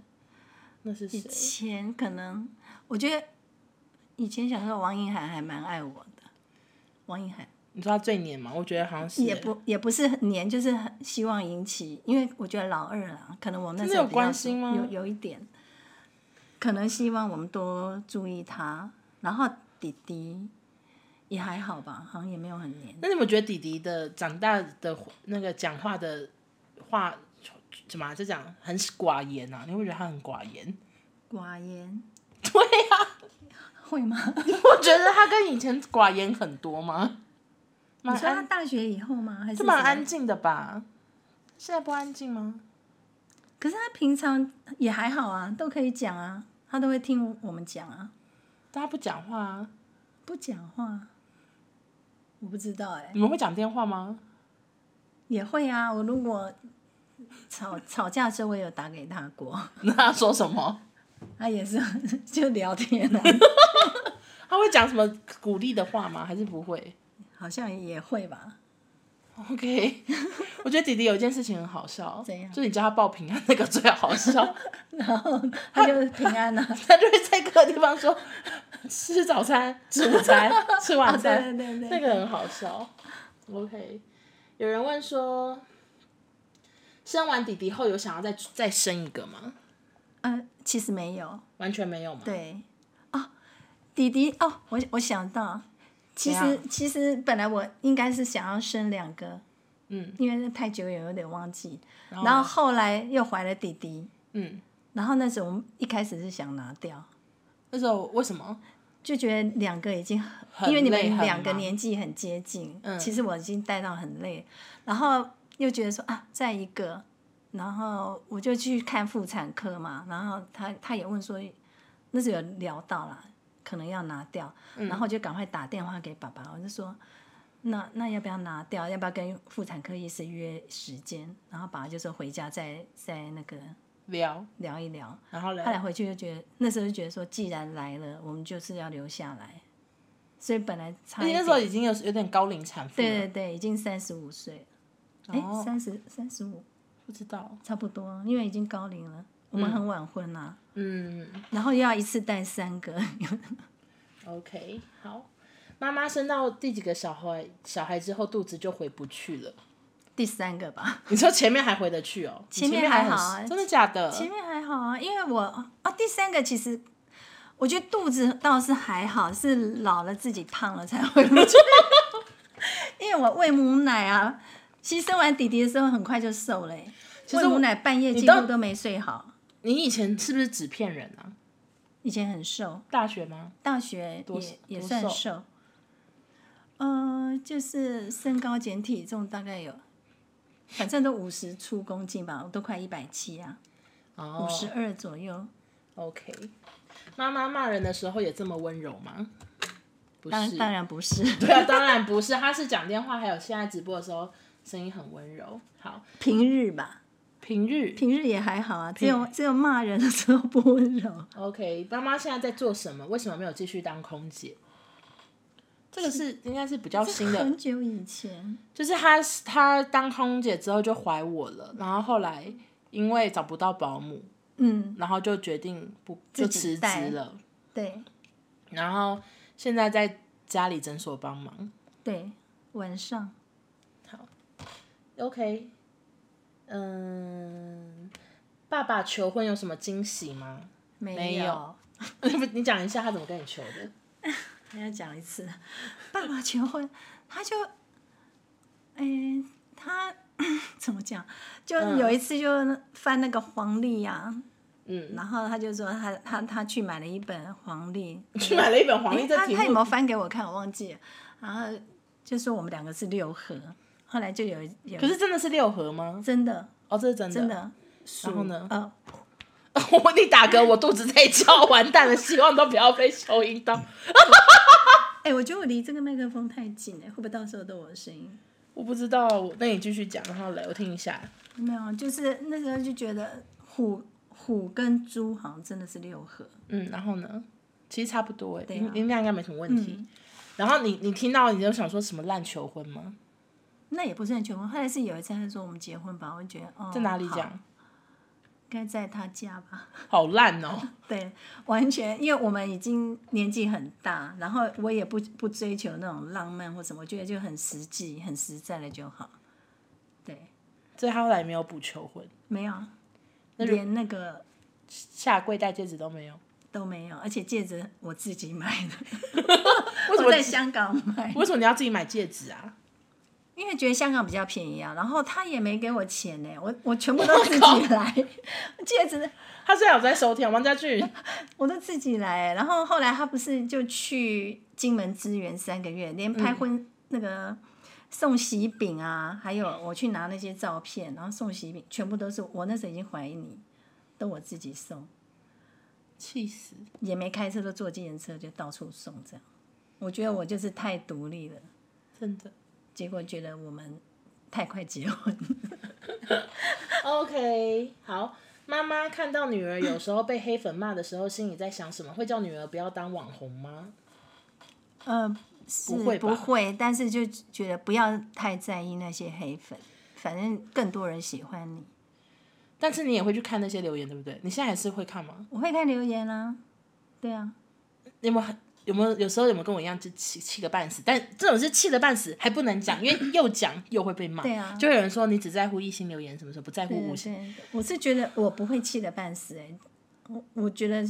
A: 那是
B: 以
A: 谁？
B: 前可能，我觉得以前小时候王一涵还蛮爱我的，王一涵
A: 你说他最黏吗？我觉得好像是、
B: 也
A: 哎
B: 不也不是很黏，就是很希望引起，因为我觉得老二啦，可能我那
A: 真的
B: 时候
A: 有
B: 比较
A: 关心吗
B: 有有一点，可能希望我们多注意他，然后弟弟也还好吧，好像也没有很黏，
A: 那你们觉得弟弟的长大的那个讲话的话什么、啊？就讲很寡言啊？你会不会觉得他很寡 言？
B: 寡言
A: 对呀、
B: 会吗？
A: 你不觉得他跟以前寡言很多吗？
B: 你
A: 蛮
B: 说他
A: 安，
B: 大学以后吗？还是
A: 就蛮
B: 什么
A: 安静的吧？现在不安静吗？
B: 可是他平常也还好啊，都可以讲啊，他都会听我们讲啊，
A: 但他不讲话啊。
B: 不讲话，我不知道哎、
A: 你们会讲电话吗？
B: 也会啊。我如果吵 吵架的时候，我有打给他过，
A: 那他说什么？
B: 他也是就聊天啊，
A: 他会讲什么鼓励的话吗？还是不会
B: 好像也会吧。
A: ？OK，我 觉得弟弟有一件事情很好笑，
B: 怎样
A: 就你叫他报平安那个最好笑，
B: 然后他就平安 了、啊。
A: 他就会在各个地方说吃早餐、吃午 餐、吃晚餐，
B: 哦对对对
A: 那
B: 对，
A: 个很好笑。OK，有人问说，生完弟弟后有想要再再生一个吗？
B: 呃，其实没有，
A: 完全没有吗？
B: 对，哦，弟弟，哦，我我想到，其
A: 怎
B: 实
A: 样
B: 其实本来我应该是想要生两个，
A: 嗯，
B: 因为太久远有点忘记，
A: 然
B: 然后
A: 呢
B: 后来又怀了弟弟，
A: 嗯，
B: 然后那时候我们一开始是想拿掉，
A: 那时候为什么？
B: 就觉得两个已经
A: 很
B: 因为你
A: 累
B: 们
A: 很
B: 两个
A: 忙
B: 年纪很接近，
A: 嗯
B: 其实我已经带到很累，然后又觉得说啊，再一个，然后我就去看妇产科嘛，然后他他也问说，那时候有聊到啦，可能要拿掉，
A: 嗯
B: 然后就赶快打电话给爸爸，我就说。那那要不要拿掉？要不要跟妇产科医师约时间？然后爸爸就说回家再再那个
A: 聊，
B: 聊一聊。
A: 然后嘞
B: 后，来回去就觉得，那时候就觉得说，既然来了，我们就是要留下来。所以本来差
A: 而
B: 一
A: 且那时
B: 点，
A: 候已经有有点高龄产妇了，
B: 对对对，已经三十五岁，哎、
A: 哦
B: 三十三十五
A: 不知道，
B: 差不多，因为已经高龄了，我们很晚婚啊，
A: 嗯
B: 然后又要一次带三个，
A: ，OK，好。妈妈生到第几个小孩小孩之后，肚子就回不去了。
B: 第三个吧，
A: 你说前面还回得去哦？你
B: 前面
A: 面
B: 还
A: 很
B: 好啊
A: 真的假的？
B: 前面还好啊，因为我啊第三个其实。我觉得肚子倒是还好，是老了自己胖了才会不觉得 因为我喂母奶啊，其实生完弟弟的时候很快就瘦了、欸，
A: 其
B: 喂
A: 实我
B: 母奶半夜
A: 你
B: 几
A: 到
B: 乎都没睡好。
A: 你以前是不是纸片人啊？
B: 以前很瘦，
A: 大学吗？
B: 大学
A: 多
B: 也也
A: 多
B: 算
A: 瘦
B: 瘦，呃，就是身高减体重大概有，反正都五十出公斤吧，我都快一百七啊，
A: 哦
B: 五十二左右，
A: ，OK。妈妈骂人的时候也这么温柔吗？不
B: 当
A: 是，
B: 当然不是
A: 对啊，当然不是。她是讲电话，还有现在直播的时候声音很温柔。好，
B: 平日吧，
A: 平日
B: 平日也还好啊，只有只有骂人的时候不温柔，
A: OK，妈妈现在在做什么？为什么没有继续当空姐？这个是应该是比较新的，
B: 很久以前，
A: 就是她她当空姐之后就怀我了，然后后来因为找不到保姆，
B: 嗯，
A: 然后就决定不就
B: 自
A: 辞
B: 己带
A: 职了，
B: 对，
A: 然后现在在家里诊所帮忙。
B: 对，晚上
A: 好，OK，嗯，爸爸求婚有什么惊喜吗？ 没
B: 没
A: 有
B: 有。
A: 你讲一下他怎么跟你求的？
B: 还要讲一次， 爸爸求婚，他就，哎、他 怎么讲？就有一次就翻那个黄历呀、
A: 嗯，
B: 然后他就说他他他去买了一本黄历，
A: 去买了一本黄历，
B: 诶
A: 这
B: 他
A: 题
B: 他有
A: 目
B: 没有翻给我看？我忘记了。然后就说我们两个是六合，后来就有一有
A: 可是真的是六合吗？
B: 真的
A: 哦，这是真的。
B: 真的，
A: 然后 呢
B: 呃，
A: 我你打嗝，我肚子在叫， 完蛋了，希望都不要被收音到。
B: 哎、我觉得我离这个麦克风太近了，会不会到时候都有我的声音？
A: 我不知道，我那你继续讲，然后来我听一下。
B: 没有，就是那时候就觉得虎虎跟猪好像真的是六合，
A: 嗯，然后呢？其实差不多哎、
B: 对啊
A: 音音量应该没什么问题。然后你你听到你就想说什么烂求婚吗？
B: 那也不是很求婚。后来是有一次他说我们结婚吧，我就觉得哦，
A: 在哪里
B: 好？
A: 讲？
B: 应该在他家吧。
A: 好烂哦、
B: 对，完全因为我们已经年纪很大，然后我也不不追求那种浪漫或什么，我觉得就很实际、很实在的就好。对，
A: 所以他后来没有补求婚，
B: 没有啊，连那个
A: 下跪戴戒指都没有。
B: 都没有，而且戒指我自己买 的，
A: 为什
B: 我
A: 么
B: 在香港买
A: 为什么你要自己买戒指啊？
B: 因为觉得香港比较便宜啊，然后他也没给我钱呢、我我全部都自己来，戒指
A: 他虽然有在收听王家俊，
B: 我都自己来、然后后来他不是就去金门支援三个月，连
A: 嗯
B: 拍婚、那个送喜饼啊，还有我去拿那些照片，然后送喜饼，全部都是我那时候已经怀疑你，都我自己送，
A: 气死！
B: 也没开车，都坐计程车就到处送这样。我觉得我就是太独立了，
A: 真的。
B: 结果觉得我们太快结婚。
A: OK，好。妈妈看到女儿有时候被黑粉骂的时候，心里在想什么？会叫女儿不要当网红吗？
B: 呃，是
A: 不会吧
B: 不会，但是就觉得不要太在意那些黑粉，反正更多人喜欢你。
A: 但是你也会去看那些留言，对不对？你现在还是会看吗？
B: 我会看留言啊，对啊，
A: 你有没有很有没有有时候有没有跟我一样就气气个半死？但这种是气个半死还不能讲，因为又讲又会被骂。
B: 对啊
A: 就会有人说你只在乎一星留言，什么时候不在乎
B: 对
A: 五星？
B: 对，我是觉得我不会气得半死哎、我我觉得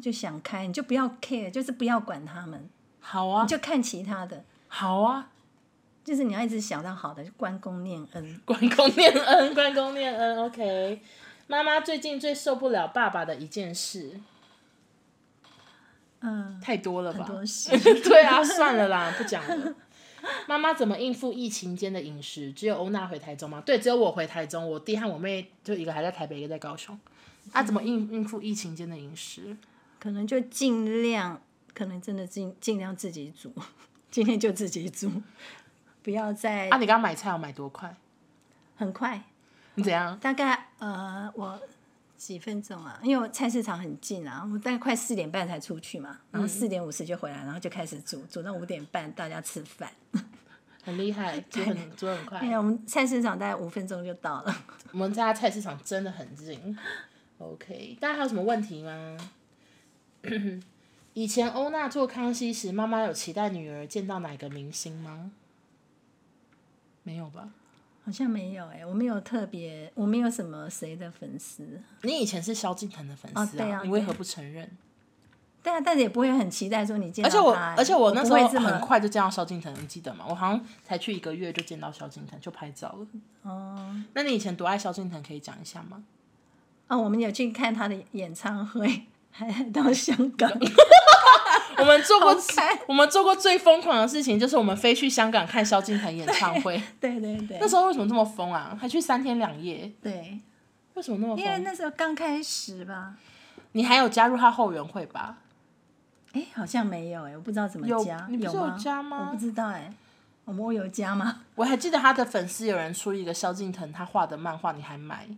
B: 就想开，你就不要 care，就是不要管他们，
A: 好啊
B: 你，就看其他的，
A: 好啊，
B: 就是你要一直想到好的，就关公念恩。
A: 关公念恩，关公念恩。OK，妈妈最近最受不了爸爸的一件事，
B: 嗯，
A: 太多了吧？
B: 很多事
A: 对啊，算了啦，不讲了。妈妈怎么应付疫情间的饮食？只有欧娜回台中吗？对，只有我回台中，我弟和我妹就一个还在台北，一个在高雄。啊，怎么应应付疫情间的饮食？
B: 可能就尽量，可能真的尽尽量自己煮， 今天就自己煮，不要再
A: 啊，你刚刚买菜要买多快？
B: 很快。
A: 你怎样？
B: 大概呃，我几分钟啊？因为我菜市场很近啊，我大概快四点半才出去嘛，
A: 嗯
B: 然后四点五十就回来，然后就开始煮，煮到五点半大家吃饭。
A: 很厉害，煮很煮很
B: 哎
A: 快。
B: 呀，我们菜市场大概五分钟就到了。
A: 我们家菜市场真的很近。OK，大家还有什么问题吗？ 以前欧娜做康熙时，妈妈有期待女儿见到哪个明星吗？没有吧？
B: 好像没有哎、我没有特别，我没有什么谁的粉丝，
A: 你以前是萧敬腾的粉丝
B: 哦对啊
A: 你为何不承认？
B: 对啊，但是也不会很期待说你见
A: 而
B: 到
A: 且我，
B: 他欸
A: 而且我那时
B: 不
A: 候
B: 会这
A: 很
B: 么
A: 快就见到萧敬腾，你记得吗？我好像才去一个月就见到萧敬腾，就拍照了。
B: 哦
A: 那你以前多爱萧敬腾，可以讲一下吗？
B: 哦，我们有去看他的演唱会，还到香 港
A: 我们做过
B: 好看
A: 我们做过最疯狂的事情，就是我们飞去香港看萧敬腾演唱 会。
B: 对对对
A: 那时候为什么这么疯啊？还去三天两夜，
B: 对，
A: 为什么那么
B: 因为
A: 疯？
B: 那时候刚开始吧，
A: 你还有加入他后援会吧？
B: 哎，好像没有哎，我不知道怎么
A: 有
B: 加，
A: 你不是有
B: 吗？
A: 加吗
B: 我不知道哎，我们我有加吗？
A: 我还记得他的粉丝有人出一个萧敬腾他画的漫画，你还买？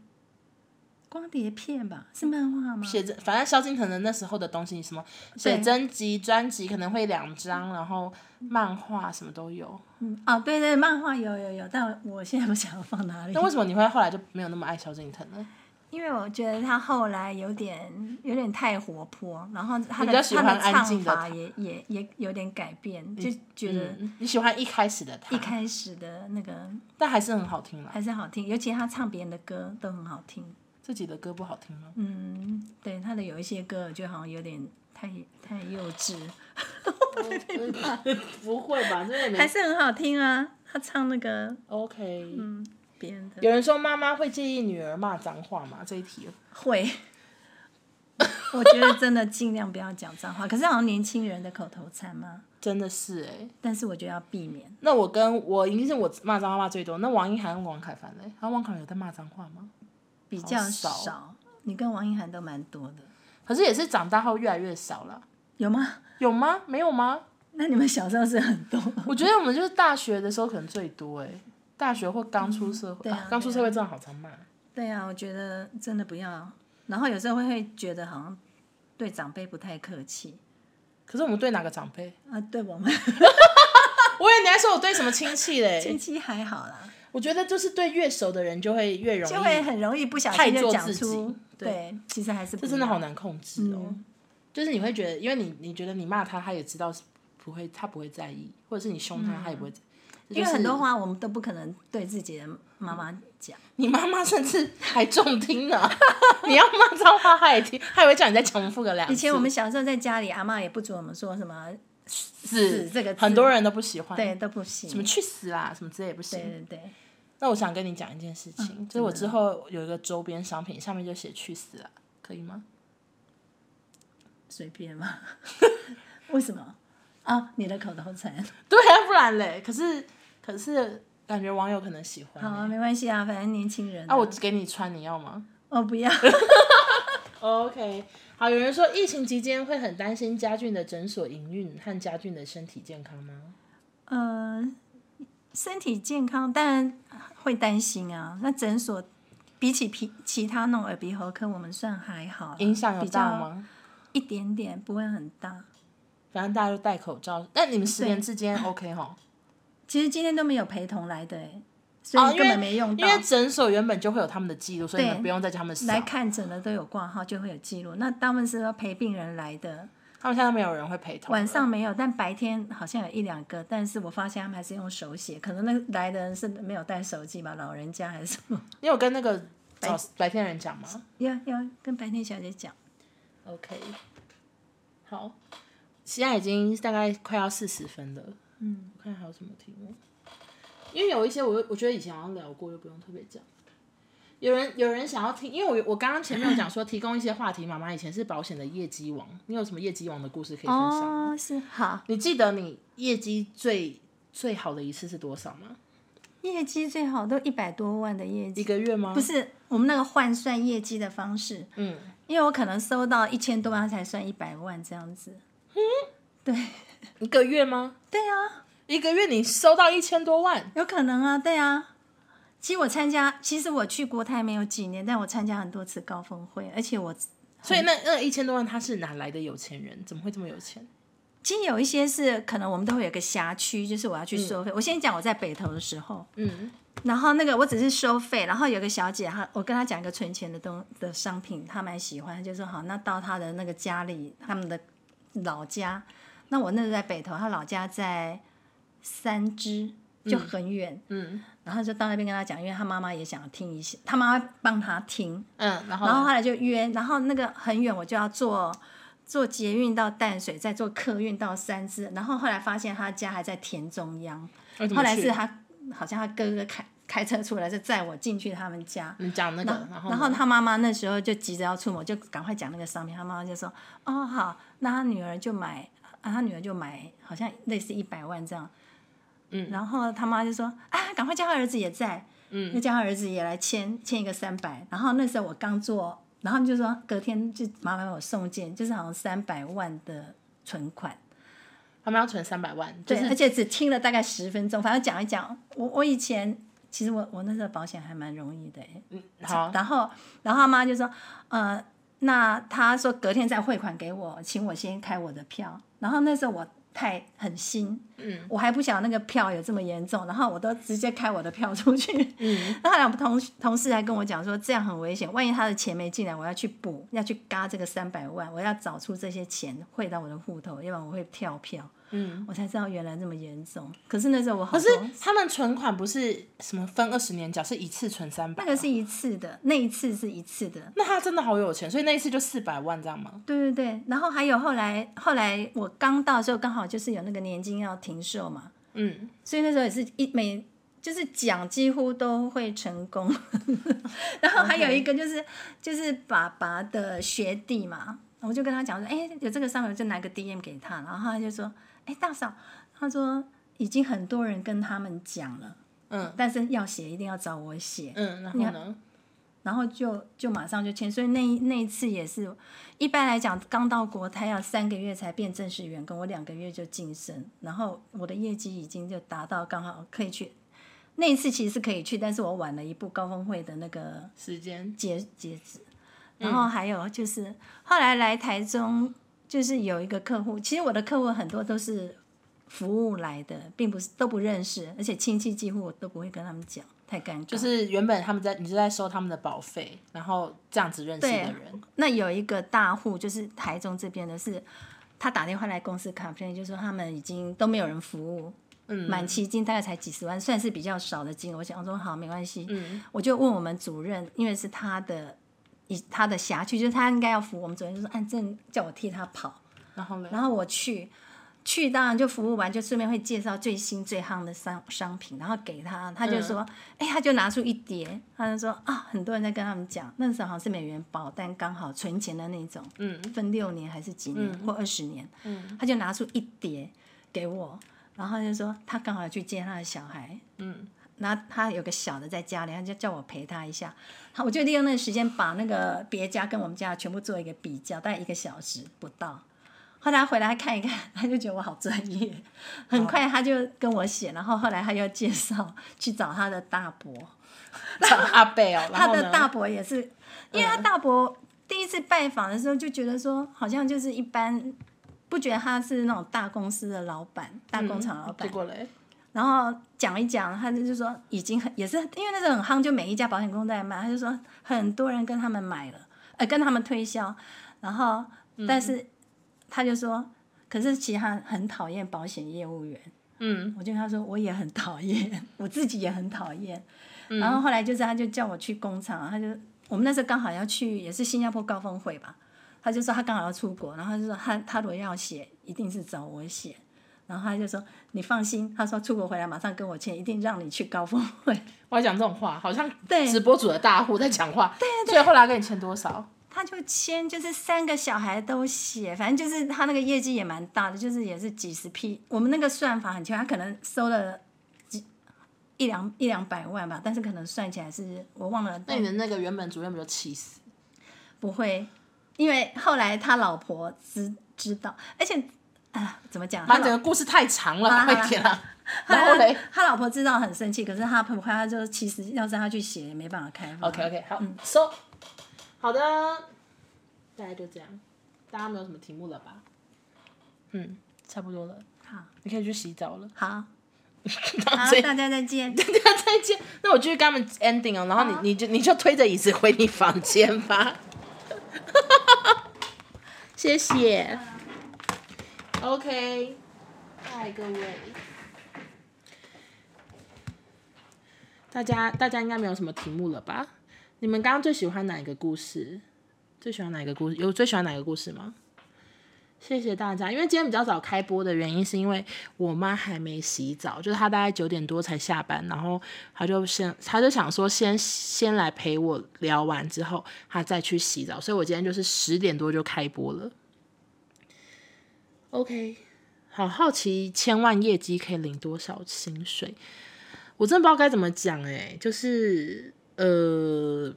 B: 光碟片吧，是漫画吗？
A: 写真，反正萧敬腾的那时候的东西，什么写真集、专辑可能会两张，然后漫画什么都有。
B: 嗯，哦，对对，漫画有有有，但我现在不晓得放哪里
A: 那。为什么你会后来就没有那么爱萧敬腾呢？
B: 因为我觉得他后来有点有点太活泼，然后他
A: 你比较
B: 的
A: 喜
B: 他
A: 欢
B: 的
A: 安静
B: 唱
A: 的
B: 法也也也有点改变，就觉得
A: 嗯，你喜欢一开始的他
B: 一，开始的那个
A: 但还是很好听啦。
B: 还是好听，尤其他唱别人的歌都很好听。
A: 自己的歌不好听吗？
B: 嗯，对，他的有一些歌，我觉得好像有点太太幼稚，
A: 不会吧，这也
B: 还
A: 没
B: 是很好听啊。他唱那个
A: OK。
B: 嗯别人的
A: 有人说妈妈会介意女儿骂脏话吗？这一题
B: 会， 我觉得真的尽量不要讲脏话。可是好像年轻人的口头禅嘛，
A: 真的是哎、
B: 但是我觉得要避免。
A: 那我跟我一定是我骂脏话骂最多。那王一涵跟王凯凡嘞？啊，王凯凡有在骂脏话吗？
B: 比较
A: 少
B: 你跟王一涵都蛮多的，
A: 可是也是长大后越来越少了，
B: 有吗？
A: 有吗？没有吗？
B: 那你们小时候是很多，
A: 我觉得我们就是大学的时候可能最多哎、大学或刚出社会，
B: 对啊
A: 刚、出社会真的好常骂。
B: 对啊，我觉得真的不要。然后有时候会会觉得好像对长辈不太客气
A: 可是我们对哪个长 辈？
B: 啊，对我
A: 我
B: 们
A: 以为你还说我对什么亲戚嘞？
B: 亲戚还好啦，
A: 我觉得就是对越熟的人就会越容易，
B: 就会很容易不小
A: 太
B: 心就
A: 做
B: 讲
A: 自己
B: 出，对，其实还是
A: 这
B: 不
A: 真的
B: 要
A: 好难控制哦。
B: 嗯
A: 就是你会觉得，因为你你觉得你骂他，他也知道是不会，他不会在意，或者是你凶他，他也不会在意。
B: 嗯因为
A: 这就是
B: 很多话我们都不可能对自己的妈妈讲，
A: 你妈妈甚至还重听呢， 你要骂脏话，她也听，她也会叫你再重复个两次。
B: 以前我们小时候在家里，阿妈也不准我们说什么
A: 死
B: 这个字
A: 很多人都不喜欢，
B: 对都不
A: 什么
B: 行，
A: 去死啦，什么之类也不
B: 对
A: 行。
B: 对对，
A: 那我想跟你讲一件事情，就是我之后有一个周边商品，上面就写去死啦，可以 吗？
B: 随便嘛， 为什么？啊，你的口头禅，
A: 对啊，不然嘞。可是可是感觉网友可能喜欢
B: 好、
A: 欸。
B: 啊，没关系啊，反正年轻人、
A: 啊，我给你穿，你要吗？
B: 我不要，
A: OK，好，有人说疫情期间会很担心家俊的诊所营运和家俊的身体健康吗？
B: 嗯、身体健康当然会担心啊。那诊所比起皮其他那种耳鼻喉科，我们算还好啦，
A: 啊影响有
B: 比
A: 大
B: 较
A: 吗？
B: 一点点，不会很大。
A: 反正大家都戴口罩，但你们十年之间 OK 哈？
B: 其实今天都没有陪同来的、欸，
A: 哦
B: 所以
A: 因
B: 根
A: 为
B: 本没用
A: 因
B: 到。
A: 为诊所原本就会有他们的记录，所以你们
B: 对
A: 不用再叫他们扫。啊
B: 来看诊的都有挂号，就会有记录。那大部分是要陪病人来的，
A: 他们现在都没有人会陪同。
B: 晚上没有，但白天好像有一两个。但是我发现他们还是用手写，可能那个来的人是没有带手机吧，老人家还是什么。
A: 你有跟那个早白天人讲吗
B: 要要跟白天小姐讲，
A: ？OK，好，现在已经大概快要四十分了。嗯，我看还有什么题目？因为有一些我我觉得以前好像聊过，就不用特别讲。有人有人想要听，因为我我刚刚前面有讲说提供一些话题，妈妈以前是保险的业绩王，你有什么业绩王的故事可以分享吗？
B: 哦，是好，
A: 你记得你业绩最最好的一次是多少吗？
B: 业绩最好都一百多万的业
A: 一
B: 绩，
A: 个月吗？
B: 不是我们那个换算业绩的方式，
A: 嗯，
B: 因为我可能收到一千多万才算一百万这样子。
A: 一个月吗？
B: 对啊，
A: 一个月你收到一千多万，
B: 有可能啊，对啊。其实我参加，其实我去国泰没有几年，但我参加很多次高峰会，而且我
A: 所以那那一千多万他是哪来的有钱人？怎么会这么有钱？
B: 其实有一些是可能我们都会有一个辖区，就是我要去收费。我先讲我在北投的时候，
A: 嗯，
B: 然后那个我只是收费，然后有个小姐她，我跟她讲一个存钱的东的商品，她蛮喜欢，她就说好，那到她的那个家里，他们的老家，那我那时候在北投，她老家在三芝，就很远，
A: 嗯
B: 然后就到那边跟她讲，因为她妈妈也想听一些，她妈妈帮她听，
A: 嗯，然后
B: 然后
A: 呢
B: 后来就约，然后那个很远，我就要坐坐捷运到淡水，再坐客运到三芝。然后后来发现他家还在田中央，
A: 我怎么
B: 后来
A: 去
B: 是他好像他哥哥开开车出来，就载我进去他们家。
A: 你讲那个，然后
B: 然
A: 呢
B: 后他妈妈那时候就急着要出门，我就赶快讲那个商品。他妈妈就说：“哦，好，那他女儿就买，啊，他女儿就买，好像类似一百万这样。”
A: 嗯，
B: 然后他妈就说：“啊，赶快叫他儿子也在。”
A: 嗯，
B: 就叫他儿子也来签签一个三百。然后那时候我刚做，然后他们就说隔天就麻烦我送件，就是好像三百万的存款。
A: 他们要存三百万，就
B: 对，而
A: 是
B: 且只听了大概十分钟，反正讲一讲。我我以前其实我我那时候保险还蛮容易的、欸，
A: 嗯好，
B: 然后然后他妈就说，呃，那他说隔天再汇款给我，请我先开我的票。然后那时候我太很新，嗯，我还不晓得那个票有这么严重，然后我都直接开我的票出去， 嗯，然后两同同事还跟我讲说这样很危险，万一他的钱没进来，我要去补，要去嘎这个三百万，我要找出这些钱汇到我的户头，要不然我会跳票，嗯，我才知道原来这么严重。可是那时候我好
A: 可是
B: 多
A: 他们存款不是什么分二十年缴，是一次存三百、
B: 那个是一次的，那一次是一次的，
A: 那他真的好有钱，所以那一次就四百万这样吗？
B: 对对对，然后还有后来后来我刚到的时候，刚好就是有那个年金要停售嘛，
A: 嗯，
B: 所以那时候也是一每就是讲几乎都会成功， 然后还有一个就是就是爸爸的学弟嘛，我就跟他讲说，哎，有这个上面就拿个 DM 给他，然后他就说，哎，大嫂，他说已经很多人跟他们讲了，
A: 嗯，
B: 但是要写一定要找我写，
A: 嗯，然后呢？
B: 然后就就马上就签，所以那一那一次也是，一般来讲刚到国泰要三个月才变正式员工，我两个月就晋升，然后我的业绩已经就达到刚好可以去，那一次其实是可以去，但是我晚了一步高峰会的那个
A: 时间，
B: 截截止，然后还有就是、后来来台中，就是有一个客户，其实我的客户很多都是服务来的，并不是都不认识，而且亲戚几乎我都不会跟他们讲，太尴尬。
A: 就是原本他们在你是在收他们的保费，然后这样子认识的人，
B: 那有一个大户，就是台中这边的是，他打电话来公司 complain，就说他们已经都没有人服务，
A: 嗯，
B: 满期金大概才几十万，算是比较少的金额。我想说好，没关系，
A: 嗯，
B: 我就问我们主任，因为是他的以他的辖区，就是他应该要服务。我们主任就说啊按正叫我替他跑，
A: 然后呢？
B: 然后我去，去当然就服务完，就顺便会介绍最新最夯的商商品，然后给他，他就
A: 嗯
B: 说，哎、他就拿出一叠，他就说啊，很多人在跟他们讲，那时候好像是美元保单刚好存钱的那种，
A: 嗯，
B: 分六年还是几年、或二十年，嗯，他就拿出一叠给我，然后他就说他刚好去接他的小孩，
A: 嗯，
B: 然后他有个小的在家里，他就叫我陪他一下，好，我就利用那个时间把那个别家跟我们家全部做一个比较，大概一个小时不到。后来他回来看一看，他就觉得我好专 业，
A: 哦
B: 很快他就跟我写，然后后来他又介绍去找他的大伯，
A: 找阿贝 哦，然
B: 他
A: 后呢
B: 的大伯也是，因为他大伯第一次拜访的时候就觉得说，好像就是一般，不觉得他是那种大公司的老板、大工厂老
A: 嗯结
B: 板，
A: 果嘞，
B: 然后讲一讲，他就说已经很也是因为那时候很夯，就每一家保险公司在卖，他就说很多人跟他们买了，呃，跟他们推销，然后但是他就说，可是其实他很讨厌保险业务员，
A: 嗯，
B: 我就跟他说我也很讨厌，我自己也很讨厌，然后后来就是他就叫我去工厂，他就我们那时候刚好要去也是新加坡高峰会吧，他就说他刚好要出国，然后他就说他他如果要写，一定是找我写。然后他就说：“你放心，他说出国回来马上跟我签，一定让你去高峰会。
A: 我还讲这种话，好像
B: 对
A: 直播主的大户在讲话，对对，所以后来跟你签多少？”
B: 他就签，就是三个小孩都写，反正就是他那个业绩也蛮大的，就是也是几十批。我们那个算法很奇怪，他可能收了几一两一两百万吧，但是可能算起来是我忘了，
A: 那你的那个原本主任不就气死？
B: 不会，因为后来他老婆知知道，而且啊，怎么讲？
A: 妈，
B: 他
A: 整
B: 老
A: 个故事太长
B: 好
A: 了，
B: 啦好啦
A: 快 点啊！
B: 后
A: 然后
B: 来
A: 嘞
B: 他他老婆知道很生气，可是他不会，他就其实要是他去写也没办法开放。
A: ，OK OK，好，嗯收，好的，大概就这样，大家没有什么题目了吧？嗯，差不多了，
B: 好，
A: 你可以去洗澡 了。
B: 好，
A: 然后
B: 好
A: 所以，
B: 大家再 见。
A: 大家再见。那我继续跟他们 ending 哦，然后你你就你就推着椅子回你房间吧。 谢谢。OK，嗨各位，大家大家应该没有什么题目了吧？你们刚刚最喜欢哪一个故事？最喜欢哪一个故事？有最喜欢哪一个故事吗？谢谢大家，因为今天比较早开播的原因，是因为我妈还没洗澡，就是她大概九点多才下班，然后她就先，她就想说先先来陪我聊完之后，她再去洗澡，所以我今天就是十点多就开播了。OK，好好奇，千万业绩可以领多少薪水？我真的不知道该怎么讲哎、就是呃，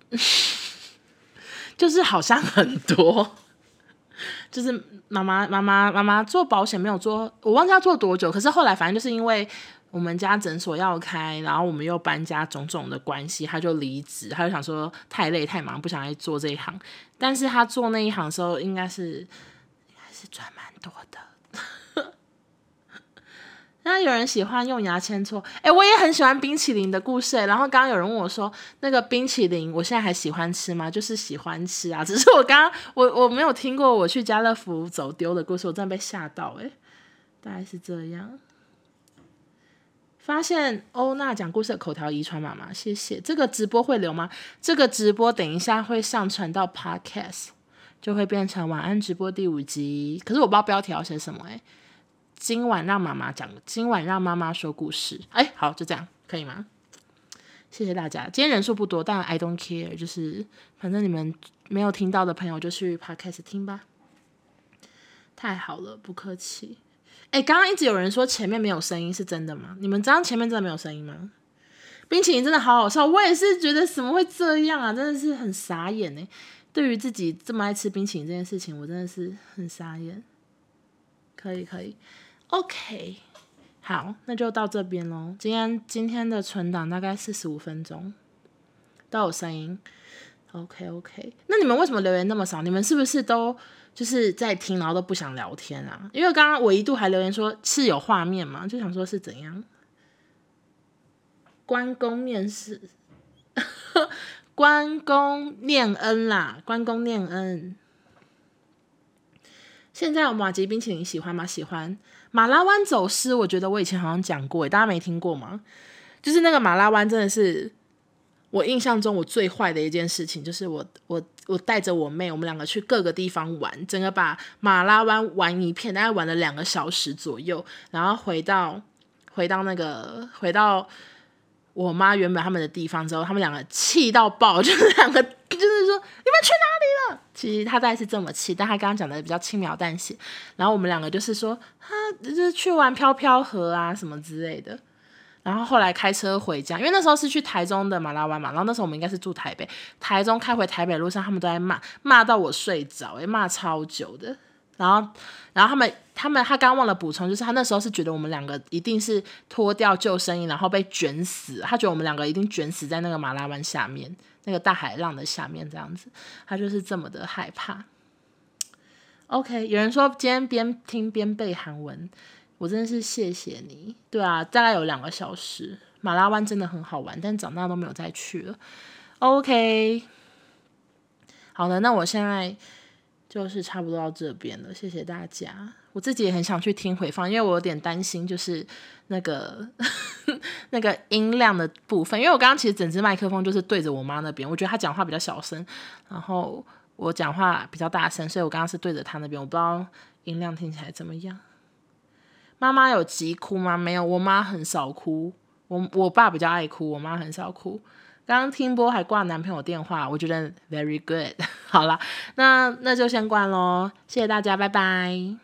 A: 就是好像很多。就是妈妈妈妈妈妈做保险没有做，我忘记要做多久，可是后来反正就是因为我们家诊所要开，然后我们又搬家种种的关系，他就离职，他就想说太累太忙，不想再做这一行。但是他做那一行的时候，应该是应该是赚蛮多的，那有人喜欢用牙签搓，哎，我也很喜欢冰淇淋的故事。诶然后刚刚有人问我说，那个冰淇淋我现在还喜欢吃吗？就是喜欢吃啊， 只是我刚刚我我没有听过我去家乐福走丢的故事，我真的被吓到哎、诶大概是这样。发现欧娜讲故事的口条遗传妈妈，谢谢。这个直播会留吗？这个直播等一下会上传到 Podcast，就会变成晚安直播第五集。可是我不知道标题要写什么哎、诶今晚让妈妈讲，今晚让妈妈说故事。哎，好，就这样，可以吗？谢谢大家，今天人数不多，但 I don't care，就是反正你们没有听到的朋友就去 podcast 听吧。太好了，不客气。哎，刚刚一直有人说前面没有声音，是真的吗？你们知道前面真的没有声音吗？冰淇淋真的好好笑，我也是觉得怎么会这样啊，真的是很傻眼呢。对于自己这么爱吃冰淇淋这件事情，我真的是很傻眼。可以，可以。OK，好，那就到这边喽。今天今天的存档大概四十五分钟，都有声音。OK OK，那你们为什么留言那么少？你们是不是都就是在听，然后都不想聊天啊？因为刚刚我一度还留言说是有画面嘛，就想说是怎样关公面试， 关公念恩啦，关公念恩。现在有马吉冰淇淋喜欢吗？喜欢。马拉湾走失，我觉得我以前好像讲过，欸大家没听过吗？就是那个马拉湾真的是我印象中我最坏的一件事情，就是我我我带着我妹，我们两个去各个地方玩，整个把马拉湾玩一片，大概玩了两个小时左右，然后回到回到那个回到我妈原本他们的地方之后，他们两个气到爆，就是两个就是说你们去哪里了？其实他大概是这么气，但他刚刚讲的比较轻描淡写。然后我们两个就是说，哈，就是去玩飘飘河啊什么之类的。然后后来开车回家，因为那时候是去台中的马拉湾嘛，然后那时候我们应该是住台北，台中开回台北路上，他们都在骂，骂到我睡着，诶，骂超久的。然后，然后他们，他们，他刚忘了补充，就是他那时候是觉得我们两个一定是脱掉救生衣，然后被卷死，他觉得我们两个一定卷死在那个马拉湾下面，那个大海浪的下面这样子，他就是这么的害怕。OK，有人说今天边听边背韩文，我真的是谢谢你。对啊，大概有两个小时，马拉湾真的很好玩，但长大都没有再去了。OK，好的，那我现在就是差不多到这边了，谢谢大家。我自己也很想去听回放，因为我有点担心，就是那个 那个音量的部分，因为我刚刚其实整只麦克风就是对着我妈那边，我觉得她讲话比较小声，然后我讲话比较大声，所以我刚刚是对着她那边，我不知道音量听起来怎么样。妈妈有急哭吗？没有，我妈很少哭，我我爸比较爱哭，我妈很少哭。刚刚听播还挂男朋友电话，我觉得 very good。好啦，那那就先关喽，谢谢大家，拜拜。